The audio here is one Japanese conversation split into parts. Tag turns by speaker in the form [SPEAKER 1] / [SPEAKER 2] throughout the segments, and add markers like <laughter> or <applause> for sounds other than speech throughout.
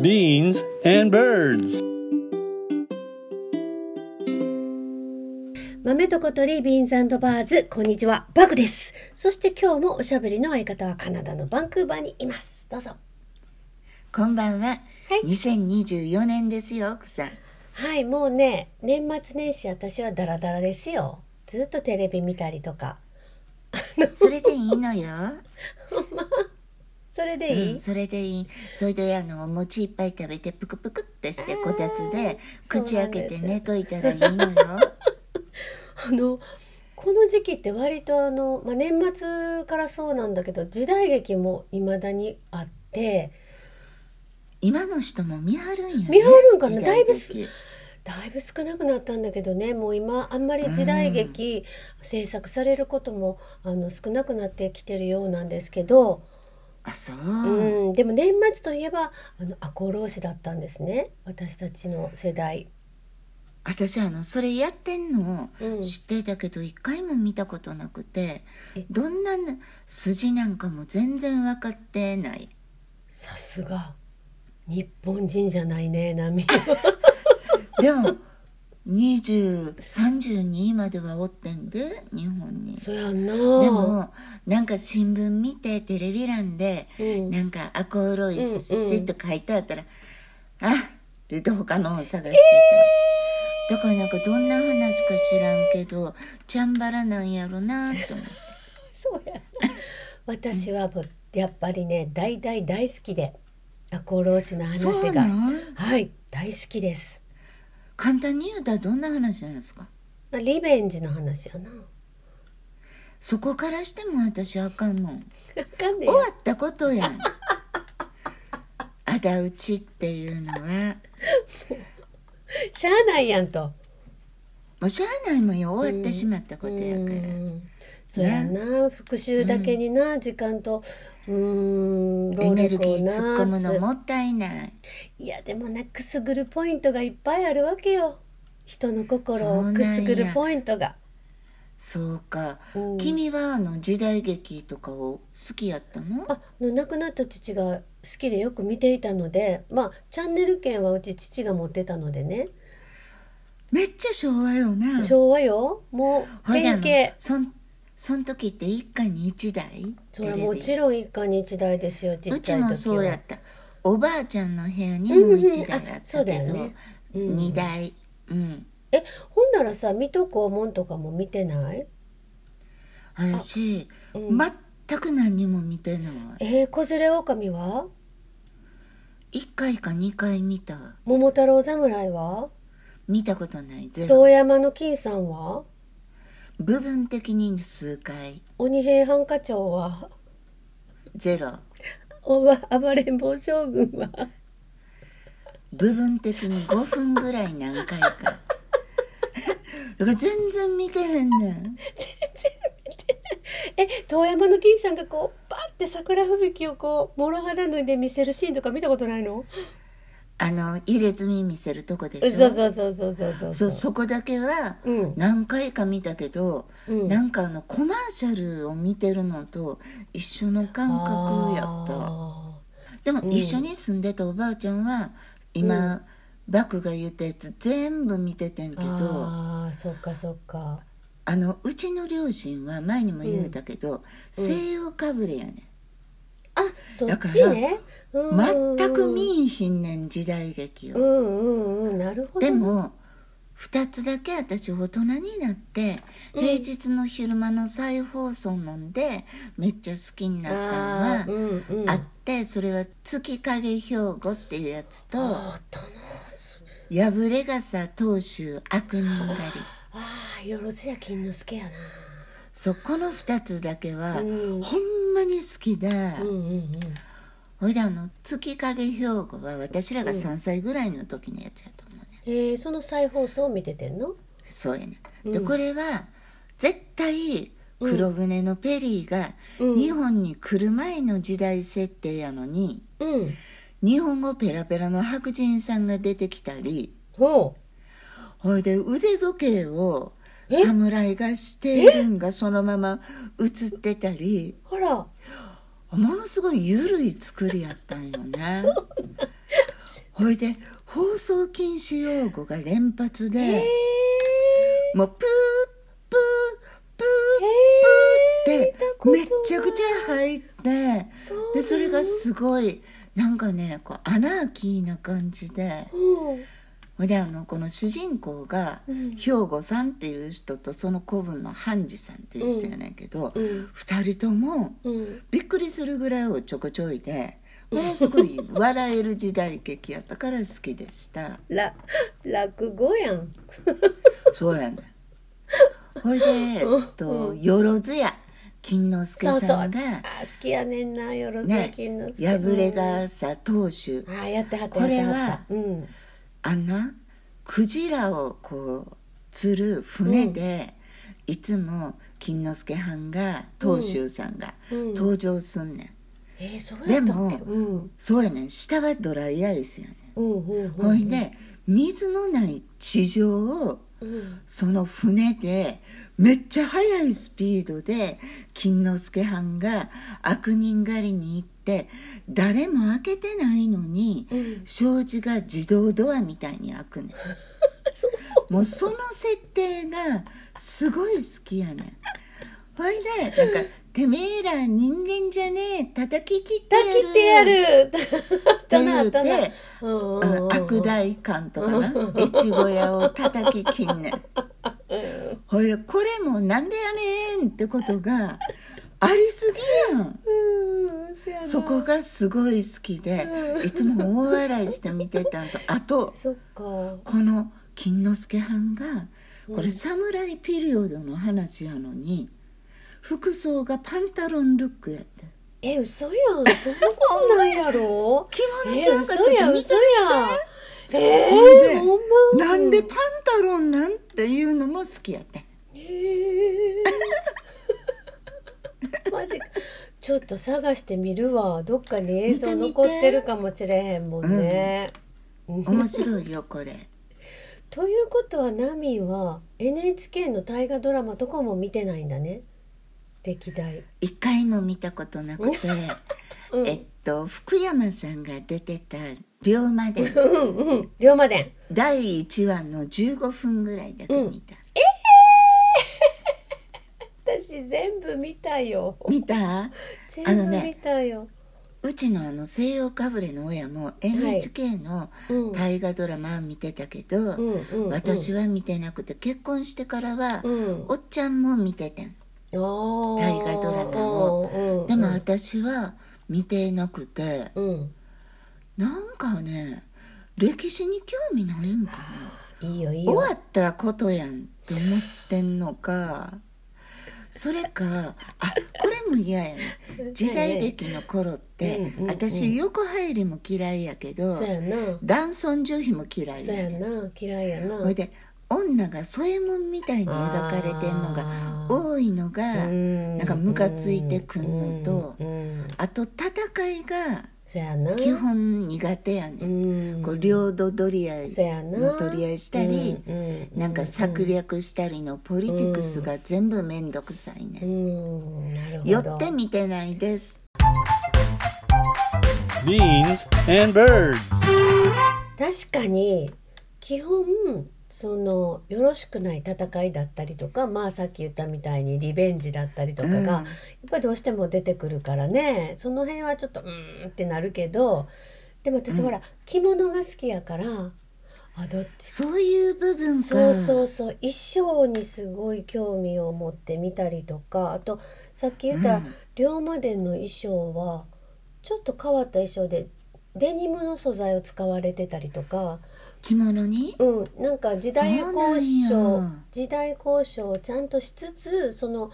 [SPEAKER 1] Beans and birds.
[SPEAKER 2] 豆と小鳥ビーンズバーズこんにちはバグですそして今日もおしゃべりの相方はカナダのバンクーバーにいますどうぞ
[SPEAKER 3] こんばんは。
[SPEAKER 2] はい
[SPEAKER 3] 2024年ですよ、
[SPEAKER 2] <laughs>
[SPEAKER 3] 奥さん。
[SPEAKER 2] はいもうね年末年始私はダラダラですよずっとテレビ見たりとか
[SPEAKER 3] それでいい
[SPEAKER 2] <laughs>
[SPEAKER 3] のよ。
[SPEAKER 2] それでいい、
[SPEAKER 3] うんそれでいい。それで、あの、お餅いっぱい食べて、ぷくぷくってして、
[SPEAKER 2] あー
[SPEAKER 3] こたつで、口
[SPEAKER 2] そうなん
[SPEAKER 3] 開
[SPEAKER 2] です
[SPEAKER 3] けて寝といたらいいのよ。
[SPEAKER 2] あのこの時期って割とあの、まあ、年末からそうなんだけど時代劇も未だにあって
[SPEAKER 3] <laughs> 今の人も見張るんやね。
[SPEAKER 2] 見張るんかな
[SPEAKER 3] 時
[SPEAKER 2] だい
[SPEAKER 3] 代
[SPEAKER 2] ぶ
[SPEAKER 3] 劇
[SPEAKER 2] だいぶ少なくなったんだけどねもう今あんまり時代劇制作されることも、あの少なくなってきてるようなんですけど、
[SPEAKER 3] あ、そう。
[SPEAKER 2] うん、でも年末といえばあの赤穂浪士だったんですね私たちの世代。
[SPEAKER 3] 私、あの、それやってんの
[SPEAKER 2] うん
[SPEAKER 3] を知ってたけど、一回も見たことなくて
[SPEAKER 2] え、
[SPEAKER 3] どんな筋なんかも全然分かってない。
[SPEAKER 2] さすが日本人じゃないね波 <laughs>
[SPEAKER 3] でも2032まではおってんで日本に
[SPEAKER 2] そやんな
[SPEAKER 3] でもなんか新聞見てテレビ欄で、
[SPEAKER 2] うん
[SPEAKER 3] なんか「アコウロイシ」と書いてあったら「あっ!」って言って他のを探してた、だからなんかどんな話か知らんけどチャンバラなんやろなと思って
[SPEAKER 2] そう
[SPEAKER 3] <laughs>
[SPEAKER 2] や私はもうやっぱりね大大大好きで赤穂浪士の
[SPEAKER 3] そう
[SPEAKER 2] 話
[SPEAKER 3] な
[SPEAKER 2] が
[SPEAKER 3] ん
[SPEAKER 2] はい大好きです
[SPEAKER 3] 簡単に言うたらどんな話なんですか
[SPEAKER 2] まあリベンジの話やな
[SPEAKER 3] そこからしても私あかんもん
[SPEAKER 2] あかんね
[SPEAKER 3] 終わったこと
[SPEAKER 2] <laughs>
[SPEAKER 3] やんあだ討ちっていうのは
[SPEAKER 2] しゃあないやんと
[SPEAKER 3] もうしゃあないもんよ終わってしまったこと
[SPEAKER 2] う
[SPEAKER 3] やから、
[SPEAKER 2] んそうやな、復習だけにな時間とうーん
[SPEAKER 3] エ
[SPEAKER 2] 労
[SPEAKER 3] ネル
[SPEAKER 2] 力
[SPEAKER 3] ギ
[SPEAKER 2] を
[SPEAKER 3] ー
[SPEAKER 2] な
[SPEAKER 3] 突っ込むの
[SPEAKER 2] つ
[SPEAKER 3] もったいない
[SPEAKER 2] いやでもなくすぐるポイントがいっぱいあるわけよ人の心
[SPEAKER 3] そ
[SPEAKER 2] を
[SPEAKER 3] う
[SPEAKER 2] く
[SPEAKER 3] なんや
[SPEAKER 2] すぐるポイントが
[SPEAKER 3] そうか、
[SPEAKER 2] うん
[SPEAKER 3] 君はあの時代劇とかを好きやったの
[SPEAKER 2] ああの亡くなった父が好きでよく見ていたのでまあチャンネル権はうち父が持ってたのでね、
[SPEAKER 3] めっちゃ昭和よな
[SPEAKER 2] 昭和よもう
[SPEAKER 3] ほいであ
[SPEAKER 2] 典
[SPEAKER 3] の
[SPEAKER 2] 型
[SPEAKER 3] そんそん時って一家に一台
[SPEAKER 2] それはもちろん一家に一台ですよちっ
[SPEAKER 3] う
[SPEAKER 2] ち
[SPEAKER 3] ち
[SPEAKER 2] ゃい時は
[SPEAKER 3] もそうやったおばあちゃんの部屋にも一台あっ
[SPEAKER 2] うんうんあ
[SPEAKER 3] た
[SPEAKER 2] そう
[SPEAKER 3] け
[SPEAKER 2] だよ
[SPEAKER 3] ど、
[SPEAKER 2] ねうん
[SPEAKER 3] 二台うん
[SPEAKER 2] えほんならさ水戸黄門とかも見てない
[SPEAKER 3] 私、
[SPEAKER 2] うん
[SPEAKER 3] 全く何にも見てない
[SPEAKER 2] えー、小連れ狼は
[SPEAKER 3] 1回か2回見た
[SPEAKER 2] 桃太郎侍は
[SPEAKER 3] 見たことないゼロ
[SPEAKER 2] 遠山の金さんは
[SPEAKER 3] 部分的に数回
[SPEAKER 2] 鬼平犯科帳は
[SPEAKER 3] ゼロ
[SPEAKER 2] おば暴れん坊将軍は
[SPEAKER 3] 部分的に5分ぐらい何
[SPEAKER 2] <laughs>
[SPEAKER 3] 回かだから全然見てへんねん
[SPEAKER 2] え遠山の金さんがこうバッて桜吹雪をこう諸肌脱いで見せるシーンとか見たことないの
[SPEAKER 3] あの入れ墨見せるとこで
[SPEAKER 2] そう
[SPEAKER 3] しょ
[SPEAKER 2] そうそうそうそうそう
[SPEAKER 3] そうそこだけは
[SPEAKER 2] うん
[SPEAKER 3] 何回か見たけど、
[SPEAKER 2] うん
[SPEAKER 3] なんかあのコマーシャルを見てるのと一緒の感覚やった
[SPEAKER 2] あ
[SPEAKER 3] でも一緒に住んでたおばあちゃんは今、バクが言ったやつ全部見ててんけ
[SPEAKER 2] ー
[SPEAKER 3] ど
[SPEAKER 2] あ
[SPEAKER 3] あ
[SPEAKER 2] ーそっかそっか
[SPEAKER 3] のうちの両親は前にも言うたけど、西洋かぶれやねん、
[SPEAKER 2] あそっ
[SPEAKER 3] だから
[SPEAKER 2] ちねうん
[SPEAKER 3] 全く見んひんねん時代劇
[SPEAKER 2] う
[SPEAKER 3] を、
[SPEAKER 2] んうんうんなるほど
[SPEAKER 3] で
[SPEAKER 2] ね
[SPEAKER 3] も2つだけ私大人になって、平日の昼間の再放送飲んでめっちゃ好きにな
[SPEAKER 2] あ
[SPEAKER 3] った
[SPEAKER 2] ー
[SPEAKER 3] のは
[SPEAKER 2] うんうん
[SPEAKER 3] あってそれは「月影兵庫」っていうやつと「
[SPEAKER 2] あったな
[SPEAKER 3] 破れ傘当主悪人狩り」
[SPEAKER 2] あーよろずや金之助やな
[SPEAKER 3] そうこの2つだけは、
[SPEAKER 2] うん
[SPEAKER 3] ほんまに好きで、
[SPEAKER 2] うんうんうん
[SPEAKER 3] ほいであの「月影兵庫」は私らが3歳ぐらいの時のやつやと思うね、
[SPEAKER 2] えー、その再放送を見ててんの
[SPEAKER 3] そうやねでこれは絶対黒船のペリーが
[SPEAKER 2] うん
[SPEAKER 3] 日本に来る前の時代設定やのに、
[SPEAKER 2] うん
[SPEAKER 3] 日本語ペラペラの白人さんが出てきたり
[SPEAKER 2] ほ
[SPEAKER 3] ほいで腕時計を侍がしているんがそのまま映ってたり。
[SPEAKER 2] うほら
[SPEAKER 3] ものすごい緩い作りやったんよね。ほいで放送禁止用語が連発で、もうプープープープーってめっちゃくちゃ入って
[SPEAKER 2] そうなの
[SPEAKER 3] でそれがすごいなんかねこうアナーキーな感じで。
[SPEAKER 2] うん
[SPEAKER 3] ほいであのこの主人公が兵庫さんっていう人とその子分の半次さんっていう人やねんけど、二人とも
[SPEAKER 2] うん
[SPEAKER 3] びっくりするぐらいおちょこちょいで、ものすごい笑える時代劇やったから好きでした
[SPEAKER 2] ら落語やん
[SPEAKER 3] そうやね
[SPEAKER 2] <laughs>
[SPEAKER 3] んほいで、えっと、よろずや金之助
[SPEAKER 2] そうそう
[SPEAKER 3] さ
[SPEAKER 2] あ
[SPEAKER 3] んが
[SPEAKER 2] 好きやねんなよろずや
[SPEAKER 3] ね
[SPEAKER 2] きんのす
[SPEAKER 3] 破れ傘当主
[SPEAKER 2] あーやってはった
[SPEAKER 3] これは
[SPEAKER 2] やってはったうん
[SPEAKER 3] あんなクジラをこう釣る船で、いつも金之助はんが東州さんが登場すんねん、
[SPEAKER 2] えー、そうやったっけ
[SPEAKER 3] でも
[SPEAKER 2] うん
[SPEAKER 3] そうやねん下はドライアイスやね
[SPEAKER 2] うんうん
[SPEAKER 3] ん、ほいで水のない地上をその船でめっちゃ速いスピードで金之助はんが悪人狩りに行って誰も開けてないのに、障子が自動ドアみたいに開
[SPEAKER 2] <laughs>
[SPEAKER 3] くねんもうその設定がすごい好きやねんほいでなんか「てめえら人間じゃねえ叩き切ってや
[SPEAKER 2] 来
[SPEAKER 3] る」
[SPEAKER 2] てやる <laughs>
[SPEAKER 3] って
[SPEAKER 2] たな
[SPEAKER 3] 言
[SPEAKER 2] あ
[SPEAKER 3] う
[SPEAKER 2] ったな
[SPEAKER 3] て、
[SPEAKER 2] うん
[SPEAKER 3] あの悪代官とかな越後屋を叩ききんねんほいでこれもなんでやねんってことがありすぎやん
[SPEAKER 2] うんそやな
[SPEAKER 3] そこがすごい好きでいつも大笑いして見てたんとあと
[SPEAKER 2] そっか
[SPEAKER 3] この金之助はんがこれ侍ピリオドの話やのに服装がパンタロンルックやって
[SPEAKER 2] え嘘やんそんなことないや
[SPEAKER 3] <laughs>
[SPEAKER 2] ろ
[SPEAKER 3] 着物ちゃうかったって
[SPEAKER 2] え嘘や
[SPEAKER 3] 見て
[SPEAKER 2] 嘘やえ
[SPEAKER 3] ほんで
[SPEAKER 2] ー、ほんま
[SPEAKER 3] なんでパンタロンなんていうのも好きやってん
[SPEAKER 2] えー <laughs> マジかちょっと探してみるわどっかに映像
[SPEAKER 3] 見て見て
[SPEAKER 2] 残ってるかもしれへんもんね、
[SPEAKER 3] 面白いよこれ
[SPEAKER 2] ということはナミは NHK の大河ドラマとかも見てないんだね歴代
[SPEAKER 3] 一回も見たことなくて、
[SPEAKER 2] うん
[SPEAKER 3] えっと福山さんが出てた「龍馬伝
[SPEAKER 2] うんうん龍馬伝」
[SPEAKER 3] 第1話の15分ぐらいだけ見た、
[SPEAKER 2] 私全部見たよ
[SPEAKER 3] 見た
[SPEAKER 2] 全
[SPEAKER 3] あの
[SPEAKER 2] 部見
[SPEAKER 3] ね
[SPEAKER 2] たよ、
[SPEAKER 3] うちのあの西洋かぶれの親も NHK の
[SPEAKER 2] うん
[SPEAKER 3] 大河ドラマは見てたけど、
[SPEAKER 2] うんうんうん
[SPEAKER 3] 私は見てなくて結婚してからは、
[SPEAKER 2] うん
[SPEAKER 3] おっちゃんも見ててん
[SPEAKER 2] 大
[SPEAKER 3] 大河ドラマを、でも私は見てなくて、
[SPEAKER 2] うん、
[SPEAKER 3] なんかね歴史に興味ないんかない
[SPEAKER 2] いよいい
[SPEAKER 3] 終
[SPEAKER 2] よ
[SPEAKER 3] わったことやんって思ってんのかそれかあこれも嫌やね時代劇の頃って、
[SPEAKER 2] うんうんうん
[SPEAKER 3] 私横入りも嫌いやけど
[SPEAKER 2] そうやな
[SPEAKER 3] 男尊女卑も嫌い
[SPEAKER 2] そう
[SPEAKER 3] や
[SPEAKER 2] や
[SPEAKER 3] ね
[SPEAKER 2] な嫌いやな
[SPEAKER 3] ほいで女が添え物みたいに描かれてんのが
[SPEAKER 2] あー
[SPEAKER 3] 多いのが
[SPEAKER 2] うん
[SPEAKER 3] なんかムカついてくんのと
[SPEAKER 2] うんうん
[SPEAKER 3] あと戦いが
[SPEAKER 2] そうやな
[SPEAKER 3] 基本苦手やね、
[SPEAKER 2] うん
[SPEAKER 3] こう領土取り合い
[SPEAKER 2] そうやな
[SPEAKER 3] の取り合いしたり、
[SPEAKER 2] うんうん
[SPEAKER 3] なんか策略したりのポリティクスが全部めんどくさいね、
[SPEAKER 2] うんなるほど
[SPEAKER 3] 寄って見てないです、
[SPEAKER 1] Beans and birds.
[SPEAKER 2] 確かに基本そのよろしくない戦いだったりとかまあさっき言ったみたいにリベンジだったりとかが、
[SPEAKER 3] うん
[SPEAKER 2] やっぱりどうしても出てくるからねその辺はちょっとうーんってなるけどでも私ほら、着物が好きやからあどっち
[SPEAKER 3] そういう部分か
[SPEAKER 2] そうそうそう衣装にすごい興味を持ってみたりとかあとさっき言った龍馬伝の衣装はちょっと変わった衣装でデニムの素材を使われてたりとか、
[SPEAKER 3] 着物に
[SPEAKER 2] うん、なんか時代交
[SPEAKER 3] そう
[SPEAKER 2] 渉
[SPEAKER 3] なんや
[SPEAKER 2] 時代交渉をちゃんとしつつその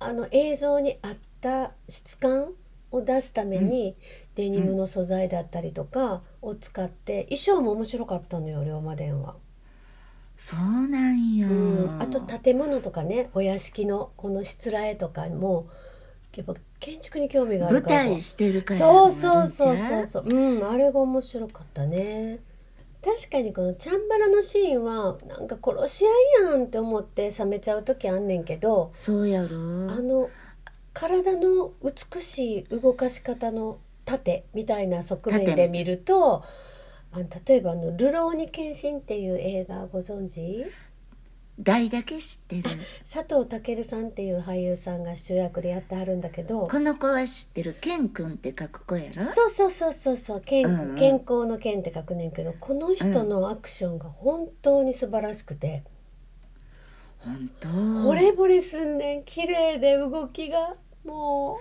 [SPEAKER 2] あの映像に合った質感を出すために、デニムの素材だったりとかを使って、衣装も面白かったのよ龍馬伝は。
[SPEAKER 3] そうなんや、
[SPEAKER 2] うん、あと建物とかねお屋敷のこのしつらえとかもやっぱ建築に興味がある
[SPEAKER 3] 舞
[SPEAKER 2] から
[SPEAKER 3] 台してるから
[SPEAKER 2] そうそうそう
[SPEAKER 3] もあ
[SPEAKER 2] そ
[SPEAKER 3] る
[SPEAKER 2] うん
[SPEAKER 3] ち
[SPEAKER 2] そううん
[SPEAKER 3] ゃ
[SPEAKER 2] あれが面白かったね確かにこのチャンバラのシーンはなんか殺し合いやんって思って冷めちゃう時あんねんけど
[SPEAKER 3] そうや
[SPEAKER 2] あ
[SPEAKER 3] ろ
[SPEAKER 2] の体の美しい動かし方の盾みたいな側面で見るとあの例えばあの「流浪に献身」っていう映画ご存知
[SPEAKER 3] 題だけ知ってる
[SPEAKER 2] 佐藤健さんっていう俳優さんが主役でやってはるんだけど
[SPEAKER 3] この子は知ってるケン君って書く子やろ
[SPEAKER 2] そうそうそうそうそう健,、
[SPEAKER 3] うんうん
[SPEAKER 2] 健康の健って書くねんけどこの人のアクションが本当に素晴らしくて、
[SPEAKER 3] 本当
[SPEAKER 2] 惚れ惚れすんねん綺麗で動きがも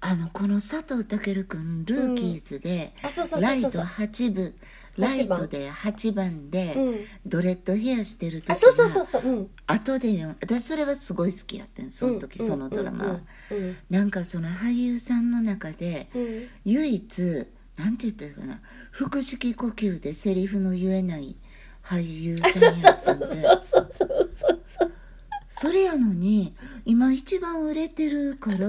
[SPEAKER 3] あのこの佐藤健君ルーキーズで、
[SPEAKER 2] あそうそうそうそう
[SPEAKER 3] ライト8部ライ
[SPEAKER 2] 番
[SPEAKER 3] トで8番で、
[SPEAKER 2] うん
[SPEAKER 3] ドレッドヘアしてる時
[SPEAKER 2] う
[SPEAKER 3] が
[SPEAKER 2] あそうそうそうそううん
[SPEAKER 3] 後でよ私それはすごい好きやってんその時、
[SPEAKER 2] うん
[SPEAKER 3] そのドラマ、
[SPEAKER 2] うんうんうん
[SPEAKER 3] なんかその俳優さんの中で、
[SPEAKER 2] うん
[SPEAKER 3] 唯一なんて言ったらいいかな腹式呼吸でセリフの言えない俳優さんやったんで
[SPEAKER 2] そうそうそうそう
[SPEAKER 3] それやのに今一番売れてるから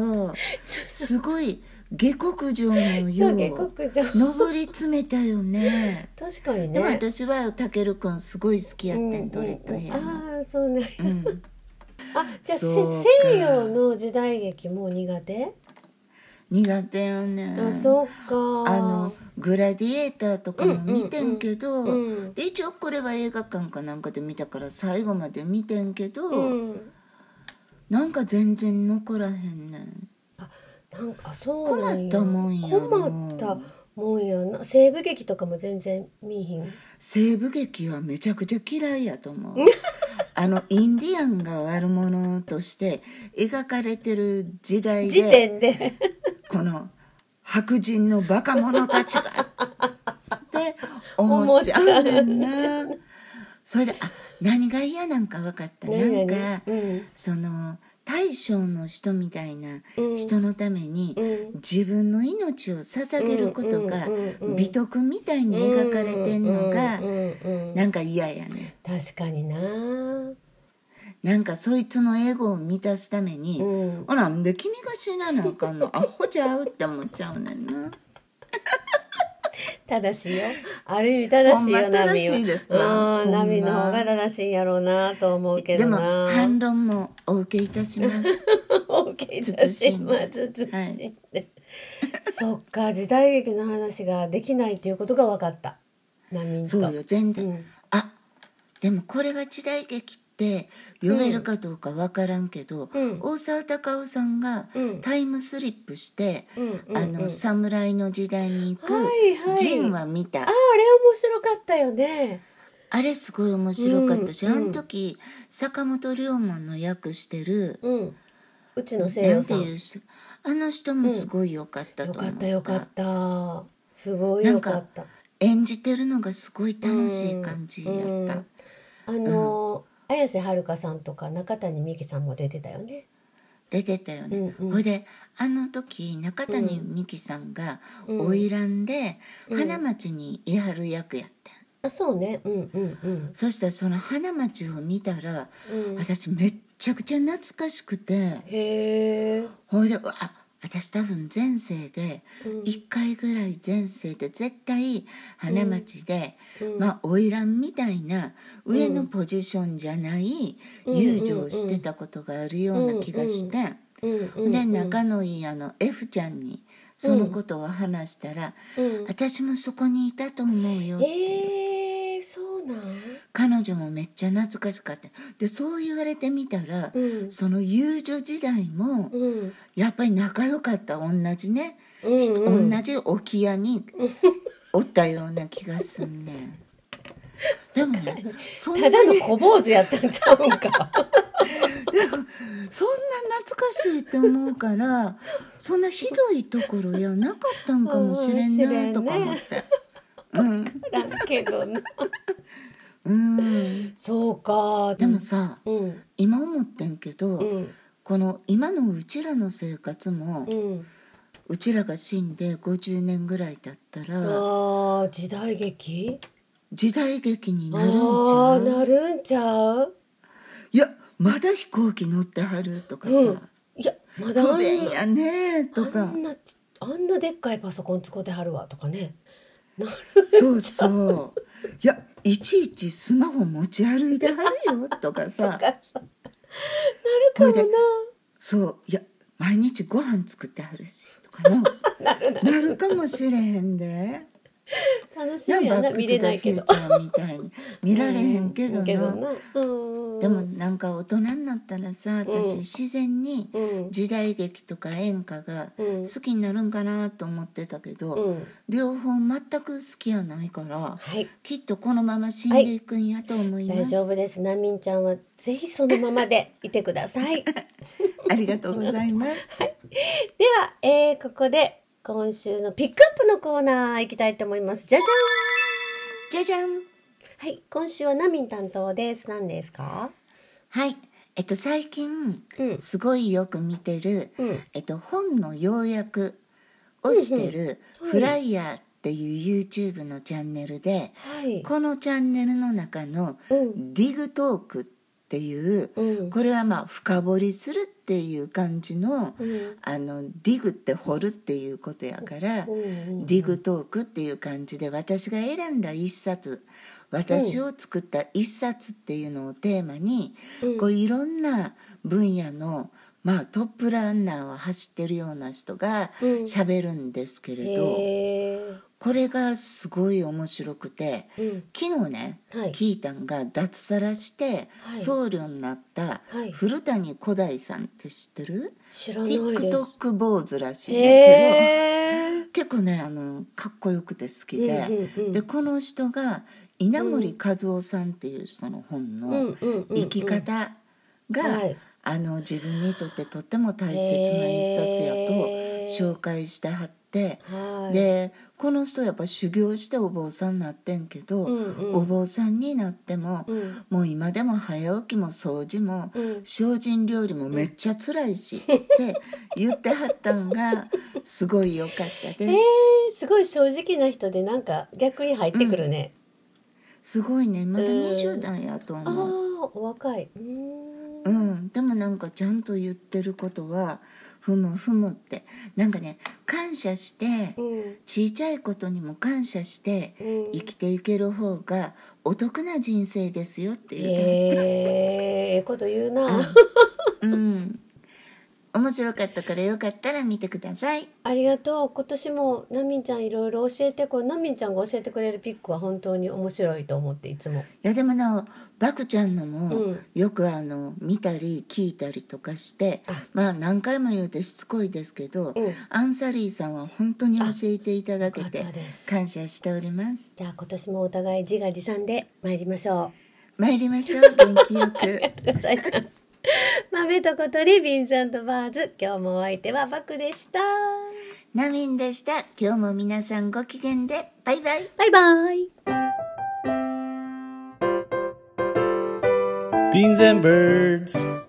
[SPEAKER 3] すごい下克上のよ
[SPEAKER 2] そう下
[SPEAKER 3] う
[SPEAKER 2] 克上
[SPEAKER 3] 上り詰めたよね。
[SPEAKER 2] 確かにね
[SPEAKER 3] でも私はたけるくんすごい好きやってん、ドレッドヘアの。
[SPEAKER 2] ああーそうね、
[SPEAKER 3] うん
[SPEAKER 2] あじゃあせ
[SPEAKER 3] そうか
[SPEAKER 2] 西洋の時代劇も苦手
[SPEAKER 3] 苦手よね
[SPEAKER 2] あそうか
[SPEAKER 3] あのグラディエーターとかも見てんけど、
[SPEAKER 2] うんうんうんうん
[SPEAKER 3] で一応これは映画館かなんかで見たから最後まで見てんけど、
[SPEAKER 2] うん
[SPEAKER 3] なんか全然残らへんねん
[SPEAKER 2] あなんかあそうなんや
[SPEAKER 3] 困ったもんやろ
[SPEAKER 2] 困ったもんやな西部劇とかも全然見えひん
[SPEAKER 3] 西部劇はめちゃくちゃ嫌いや
[SPEAKER 2] <laughs>
[SPEAKER 3] と思うあのインディアンが悪者として描かれてる時代
[SPEAKER 2] 時
[SPEAKER 3] で
[SPEAKER 2] 点で
[SPEAKER 3] この白人のバカ者たちがって思っちゃうねんな。それであ何が嫌なんか分かったな
[SPEAKER 2] 何
[SPEAKER 3] ん
[SPEAKER 2] 々
[SPEAKER 3] か、
[SPEAKER 2] うん
[SPEAKER 3] その大将の人みたいな
[SPEAKER 2] うん
[SPEAKER 3] 人のために、
[SPEAKER 2] うん
[SPEAKER 3] 自分の命を捧げることが
[SPEAKER 2] うんうんうんうん
[SPEAKER 3] 美徳みたいに描かれてんのが
[SPEAKER 2] うんうんうんうん
[SPEAKER 3] なんか嫌やね
[SPEAKER 2] 確かにな
[SPEAKER 3] なんかそいつのエゴを満たすために、
[SPEAKER 2] うん
[SPEAKER 3] あなんで君が死ななあかんのアホちゃうって思っちゃうねんな。
[SPEAKER 2] 正しいよある意味正しいよ
[SPEAKER 3] ほん
[SPEAKER 2] ナ
[SPEAKER 3] ま
[SPEAKER 2] ミは
[SPEAKER 3] 正しいですか
[SPEAKER 2] うん
[SPEAKER 3] ほんま
[SPEAKER 2] ナミの方が正しいんやろうなと思うけ
[SPEAKER 3] で
[SPEAKER 2] ど
[SPEAKER 3] も
[SPEAKER 2] な
[SPEAKER 3] 反論もお受けいたし
[SPEAKER 2] <laughs>
[SPEAKER 3] ます。
[SPEAKER 2] 慎んで
[SPEAKER 3] はい
[SPEAKER 2] そっか時代劇の話ができないっていうことが分かった波と
[SPEAKER 3] そうよ全然、
[SPEAKER 2] うん
[SPEAKER 3] あでもこれは時代劇って読めるかどうかわからんけど、
[SPEAKER 2] うん
[SPEAKER 3] 大沢たかおさんが
[SPEAKER 2] うん
[SPEAKER 3] タイムスリップして、
[SPEAKER 2] うんうんうん
[SPEAKER 3] あの侍の時代に行く
[SPEAKER 2] はいはい
[SPEAKER 3] ジンは見た、
[SPEAKER 2] あああれ面白かったよね
[SPEAKER 3] あれすごい面白かったし、
[SPEAKER 2] うん
[SPEAKER 3] あの時坂本龍馬の役してる、
[SPEAKER 2] うんうちの西
[SPEAKER 3] な
[SPEAKER 2] 洋
[SPEAKER 3] んて
[SPEAKER 2] さん
[SPEAKER 3] いう人あの人もすごい良かった
[SPEAKER 2] よ
[SPEAKER 3] と思
[SPEAKER 2] か
[SPEAKER 3] っ
[SPEAKER 2] った
[SPEAKER 3] た。
[SPEAKER 2] よかったすごい
[SPEAKER 3] な
[SPEAKER 2] よ
[SPEAKER 3] ん
[SPEAKER 2] か
[SPEAKER 3] か
[SPEAKER 2] った
[SPEAKER 3] 演じてるのがすごい楽しい感じやった、
[SPEAKER 2] うんうんあのー綾瀬はるかさんとか中谷美紀さんも出てたよね
[SPEAKER 3] 出てたよね、
[SPEAKER 2] うんうん
[SPEAKER 3] ほいであの時中谷美紀さんが花魁で花町にいはる役やってん、
[SPEAKER 2] あそうねうんうんうん
[SPEAKER 3] そしたらその花町を見たら、
[SPEAKER 2] うん
[SPEAKER 3] 私めっちゃくちゃ懐かしくて
[SPEAKER 2] へえ
[SPEAKER 3] ほいであ私多分前世で
[SPEAKER 2] うん
[SPEAKER 3] 1回ぐらい前世で絶対花町で、まあ花魁みたいな上のポジションじゃない遊女をしてたことがあるような気がして。
[SPEAKER 2] うんうん
[SPEAKER 3] で仲のいいあの F ちゃんにそのことを話したら「
[SPEAKER 2] うん
[SPEAKER 3] 私もそこにいたと思うよ」
[SPEAKER 2] えー、そうなん
[SPEAKER 3] 彼女もめっちゃ懐かしかったでそう言われてみたら、
[SPEAKER 2] うん
[SPEAKER 3] その遊女時代も、
[SPEAKER 2] うん
[SPEAKER 3] やっぱり仲良かった同じね、
[SPEAKER 2] うんうん
[SPEAKER 3] 同じ置屋におったような気がすんねん。でもね
[SPEAKER 2] <laughs>
[SPEAKER 3] そんな
[SPEAKER 2] ただの小坊主やったんちゃうん
[SPEAKER 3] <laughs>
[SPEAKER 2] か
[SPEAKER 3] そんな懐かしいって思うからそんなひどいところやなかったんかもしれんなとか思って。うん、
[SPEAKER 2] だけどな
[SPEAKER 3] うん、
[SPEAKER 2] そうか
[SPEAKER 3] でもさ、
[SPEAKER 2] うん
[SPEAKER 3] 今思ってんけど、
[SPEAKER 2] うん
[SPEAKER 3] この今のうちらの生活も、
[SPEAKER 2] う
[SPEAKER 3] うんちらが死んで50年ぐらい経ったら
[SPEAKER 2] あー時代劇
[SPEAKER 3] 時代劇に
[SPEAKER 2] あ
[SPEAKER 3] なるんち
[SPEAKER 2] あー
[SPEAKER 3] ゃう
[SPEAKER 2] なるんちゃう
[SPEAKER 3] いやまだ飛行機乗ってはるとかさ、
[SPEAKER 2] うんいやまだあ
[SPEAKER 3] 不
[SPEAKER 2] ん
[SPEAKER 3] 便やねと
[SPEAKER 2] なあ
[SPEAKER 3] か
[SPEAKER 2] んなあんなでっかいパソコン使ってはるわとかねなる
[SPEAKER 3] そうそういやいちいちスマホ持ち歩いてはるよとかさ
[SPEAKER 2] かなるかも
[SPEAKER 3] そういや毎日ご飯作ってはるしとかの
[SPEAKER 2] <laughs> ななるな
[SPEAKER 3] なるかもしれへんで。
[SPEAKER 2] 楽し
[SPEAKER 3] な
[SPEAKER 2] みや
[SPEAKER 3] ん
[SPEAKER 2] な
[SPEAKER 3] バック・
[SPEAKER 2] 見
[SPEAKER 3] ト
[SPEAKER 2] れ
[SPEAKER 3] ゥ・ザ・
[SPEAKER 2] ない
[SPEAKER 3] フ
[SPEAKER 2] け
[SPEAKER 3] ュ
[SPEAKER 2] ど
[SPEAKER 3] ーチャーみ
[SPEAKER 2] <laughs>
[SPEAKER 3] たいに見られへんけどな,、
[SPEAKER 2] けどなうん
[SPEAKER 3] でもなんか大人になったらさ私、
[SPEAKER 2] うん
[SPEAKER 3] 自然に
[SPEAKER 2] うん
[SPEAKER 3] 時代劇とか演歌が
[SPEAKER 2] うん
[SPEAKER 3] 好きになるんかなと思ってたけど、
[SPEAKER 2] うん
[SPEAKER 3] 両方全く好きやないから
[SPEAKER 2] はい
[SPEAKER 3] きっとこのまま死んでいくんやと思います、
[SPEAKER 2] 大丈夫ですなみんちゃんはぜひそのままでいてくだ
[SPEAKER 3] <laughs>
[SPEAKER 2] さいで
[SPEAKER 3] ありがとうございます
[SPEAKER 2] は、えー、ここで今週のピックアップのコーナー行きたいと思いますじゃじ
[SPEAKER 3] じゃじゃん
[SPEAKER 2] ゃんはい今週はなみん担当です何ですか
[SPEAKER 3] はいえっと最近、
[SPEAKER 2] うん
[SPEAKER 3] すごいよく見てる、
[SPEAKER 2] うん
[SPEAKER 3] えっと本の要約をしてる
[SPEAKER 2] うんうん
[SPEAKER 3] フライヤーっていう YouTube のチャンネルで、
[SPEAKER 2] はい
[SPEAKER 3] このチャンネルの中の
[SPEAKER 2] うん
[SPEAKER 3] ディグトークっていう、
[SPEAKER 2] うん
[SPEAKER 3] これはまあ深掘りするっていう感じの、
[SPEAKER 2] うん
[SPEAKER 3] あのディグって掘るっていうことやから、
[SPEAKER 2] うんうん
[SPEAKER 3] ディグトークっていう感じで私が選んだ一冊私を作った一冊っていうのをテーマに、こういろんな分野のまあトップランナーを走ってるような人が
[SPEAKER 2] うん
[SPEAKER 3] 喋るんですけれど、
[SPEAKER 2] へー
[SPEAKER 3] これがすごい面白くて、
[SPEAKER 2] うん
[SPEAKER 3] 昨日ね、
[SPEAKER 2] はい
[SPEAKER 3] 聞いたんが脱サラして
[SPEAKER 2] はい
[SPEAKER 3] 僧侶になった
[SPEAKER 2] はい
[SPEAKER 3] 古谷小大さんって知ってる、
[SPEAKER 2] 知らないです
[SPEAKER 3] TikTok 坊主らしいんだけど。
[SPEAKER 2] へー
[SPEAKER 3] 結構ねあのかっこよくて好きで、
[SPEAKER 2] うんうんうん
[SPEAKER 3] でこの人が稲森和夫さんっていう人の本
[SPEAKER 2] うん
[SPEAKER 3] の
[SPEAKER 2] うんうんうん
[SPEAKER 3] 生き方が、
[SPEAKER 2] はい
[SPEAKER 3] あの自分にとってとっても大切な一冊や
[SPEAKER 2] へー
[SPEAKER 3] と紹介してはって、
[SPEAKER 2] はい
[SPEAKER 3] でこの人やっぱ修行してお坊さんになってんけど、
[SPEAKER 2] うんうん
[SPEAKER 3] お坊さんになっても、
[SPEAKER 2] うん
[SPEAKER 3] もう今でも早起きも掃除も、
[SPEAKER 2] うん
[SPEAKER 3] 精進料理もめっちゃ辛い
[SPEAKER 2] <laughs>
[SPEAKER 3] しって言ってはったんがすごい良かったです。
[SPEAKER 2] えー、すごい正直な人でなんか逆に入ってくるね、
[SPEAKER 3] すごいねまだ
[SPEAKER 2] うん
[SPEAKER 3] 20代やと思う、
[SPEAKER 2] ああお若いうーん
[SPEAKER 3] うんでもなんかちゃんと言ってることはふむふむってなんかね感謝して、
[SPEAKER 2] うん
[SPEAKER 3] ちいちゃいことにも感謝して、
[SPEAKER 2] うん
[SPEAKER 3] 生きていける方がお得な人生ですよっていう、
[SPEAKER 2] えー、ええこと言うな、
[SPEAKER 3] うん面白かったからよかったら見てください
[SPEAKER 2] ありがとう今年もなみんちゃんいろいろ教えてこれなみんちゃんが教えてくれるピックは本当に面白いと思っていつも
[SPEAKER 3] いやでもなバクちゃんのも、
[SPEAKER 2] うん
[SPEAKER 3] よくあの見たり聞いたりとかしてまあ何回も言うてしつこいですけ
[SPEAKER 2] う
[SPEAKER 3] ど、
[SPEAKER 2] ん
[SPEAKER 3] アンサリーさんは本当に教えていただけ
[SPEAKER 2] あよ
[SPEAKER 3] て
[SPEAKER 2] かったです
[SPEAKER 3] 感謝しております
[SPEAKER 2] じゃあ今年もお互い自画自賛で参りましょう
[SPEAKER 3] 参りましょう元気よく
[SPEAKER 2] <laughs> ありがとうございます。豆と小鳥ビンザントバーズ今日もお相手はバクでした。
[SPEAKER 3] ナミンでした今日も皆さんご機嫌でバイバイ
[SPEAKER 2] バイバイ。
[SPEAKER 1] Beans and birds.